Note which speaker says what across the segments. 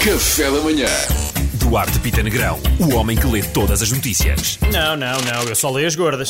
Speaker 1: Café da manhã.
Speaker 2: Duarte Pita Negrão, o homem que lê todas as notícias.
Speaker 3: Não, não, não, eu só leio as gordas.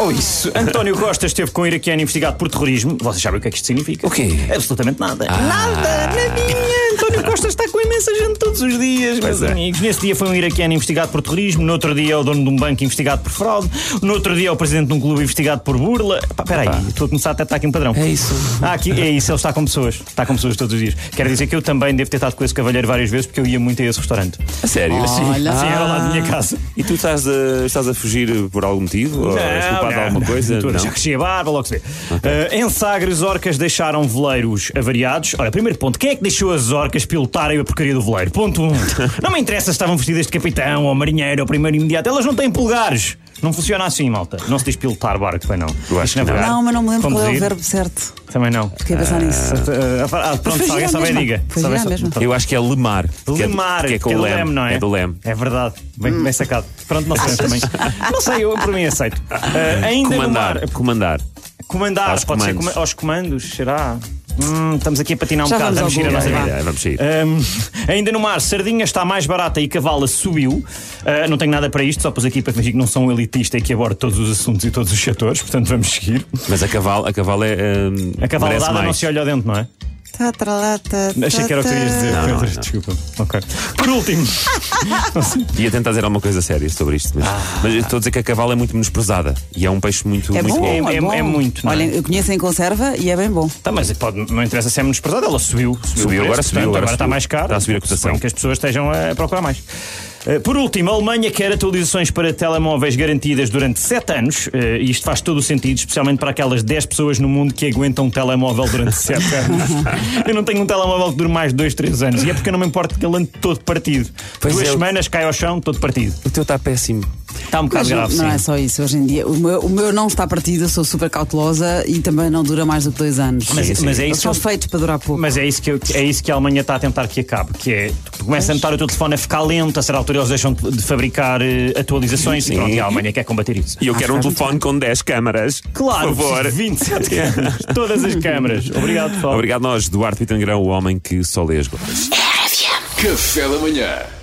Speaker 2: Oh, isso.
Speaker 3: António Costa esteve com um iraquiano investigado por terrorismo. Vocês sabem o que é que isto significa?
Speaker 2: O quê? Ah.
Speaker 3: Absolutamente nada. Nada, nadinha. António Costa está com imensa gente todos os dias, meus
Speaker 2: é.
Speaker 3: amigos. Nesse dia foi um iraquiano investigado por terrorismo, no outro dia é o dono de um banco investigado por fraude, no outro dia é o presidente de um clube investigado por burla. Pá, peraí, estou a começar a detectar aqui um padrão.
Speaker 2: É isso.
Speaker 3: Ah, aqui, é isso, ele está com pessoas. Está com pessoas todos os dias. Quero dizer que eu também devo ter estado com esse cavalheiro várias vezes porque eu ia muito a esse restaurante.
Speaker 2: A sério? Ah.
Speaker 4: Olha.
Speaker 3: Sim, era lá da minha casa.
Speaker 2: E tu estás a, estás a fugir por algum motivo? Ou és culpado de alguma coisa?
Speaker 3: Doutora, Já cresci a barba, logo se vê. Eh, em Sagres, orcas deixaram veleiros avariados. Ora, primeiro ponto, quem é que deixou as orcas pilotarem a porcaria do veleiro? Ponto 1. Um. não me interessa se estavam vestidas de capitão ou marinheiro ou primeiro imediato. Elas não têm pulgares. Não funciona assim, malta. Não se diz pilotar barco, bem não.
Speaker 2: Eu acho que não.
Speaker 3: navegar,
Speaker 4: Não, mas não me lembro qual é o
Speaker 3: Ah, conduzir,
Speaker 4: verbo certo.
Speaker 3: Também não.
Speaker 4: Fiquei a pensar nisso.
Speaker 3: Eh, ah, pronto,
Speaker 4: Mas
Speaker 3: se alguém
Speaker 4: fugirá
Speaker 3: souber,
Speaker 4: mesmo.
Speaker 3: diga. Se
Speaker 4: Fugirá
Speaker 3: alguém sou-
Speaker 4: mesmo.
Speaker 2: Eu acho que é Lemar. que é-
Speaker 3: Lemar,
Speaker 2: que é com
Speaker 3: do
Speaker 2: o leme,
Speaker 3: não é?
Speaker 2: É do leme.
Speaker 3: É verdade, bem, bem sacado. Pronto, não sei também. Não sei, eu por mim aceito. Eh, ainda no mar,
Speaker 2: Comandar. Comandar.
Speaker 3: Comandar,
Speaker 2: Aos
Speaker 3: pode
Speaker 2: comandos.
Speaker 3: ser coma- aos comandos, será? Hum, estamos aqui a patinar um
Speaker 4: Já
Speaker 3: bocado,
Speaker 4: vamos
Speaker 3: vamos ir a
Speaker 4: ao
Speaker 3: nossa
Speaker 4: Google,
Speaker 3: vida.
Speaker 2: É, vamos sair.
Speaker 3: Hum, ainda no mar, sardinha está mais barata e cavala subiu. Ah, não tenho nada para isto, só pus aqui para fingir que não sou um elitista e que abordo todos os assuntos e todos os setores, portanto vamos seguir.
Speaker 2: Mas a cavalo, a cavalo é. hum,
Speaker 3: A
Speaker 2: merece
Speaker 3: cavalgada
Speaker 2: mais.
Speaker 3: não se olha ao dente, não é?
Speaker 4: Tá, tá, lá, tá,
Speaker 3: Achei
Speaker 4: tá,
Speaker 3: que era o que querias dizer,
Speaker 4: tá.
Speaker 3: Pedro,
Speaker 2: não.
Speaker 3: desculpa. Ok. Por último,
Speaker 2: Ia tentar dizer alguma coisa séria sobre isto, mas, mas eu estou a dizer que a cavalo é muito menosprezada e é um peixe muito,
Speaker 4: É
Speaker 2: muito
Speaker 4: bom,
Speaker 3: É-
Speaker 4: é,
Speaker 3: é-
Speaker 4: bom.
Speaker 3: é muito, não é?
Speaker 4: Olha, eu conheço em conserva e é bem bom.
Speaker 3: tá, mas pode, não interessa se é menosprezada, ela subiu. Subiu,
Speaker 2: Subiu,
Speaker 3: o preço,
Speaker 2: agora subiu,
Speaker 3: portanto,
Speaker 2: agora
Speaker 3: agora está
Speaker 2: subiu.
Speaker 3: mais caro.
Speaker 2: Está a subir a cotação.
Speaker 3: Suponho que as pessoas estejam a procurar mais. Eh, Por último, a Alemanha quer atualizações para telemóveis garantidas durante 7 anos, eh, e isto faz todo o sentido, especialmente para aquelas 10 pessoas no mundo que aguentam um telemóvel durante 7 anos. Eu não tenho um telemóvel que dure mais de 2, 3 anos, e é porque eu não me importo que ele ande todo partido.
Speaker 2: Pois
Speaker 3: Duas
Speaker 2: é, o-
Speaker 3: semanas cai ao chão, todo partido.
Speaker 2: O teu está péssimo.
Speaker 3: Está um bocado
Speaker 4: Mas
Speaker 3: grave,
Speaker 4: não
Speaker 3: sim.
Speaker 4: é só isso. Hoje em dia, o meu, o meu não está partido, eu sou super cautelosa e também não dura mais do que dois anos.
Speaker 3: Mas- mas é
Speaker 4: Eles
Speaker 3: isso
Speaker 4: são
Speaker 3: que eu-
Speaker 4: feitos para durar pouco.
Speaker 3: Mas é isso, que, eu- é isso que a Alemanha está a tentar que acabe, que é tu começa a notar o teu telefone a ficar lento, a certa altura eles deixam de fabricar eh, atualizações e pronto, e a Alemanha quer combater isso.
Speaker 2: E eu quero um telefone com 10 câmaras.
Speaker 3: Claro,
Speaker 2: Por favor.
Speaker 3: 27 câmaras, todas as câmaras. Obrigado, pessoal.
Speaker 2: Obrigado nós, Duarte Pitangrão, o homem que só lê as gotas.
Speaker 1: Café da manhã.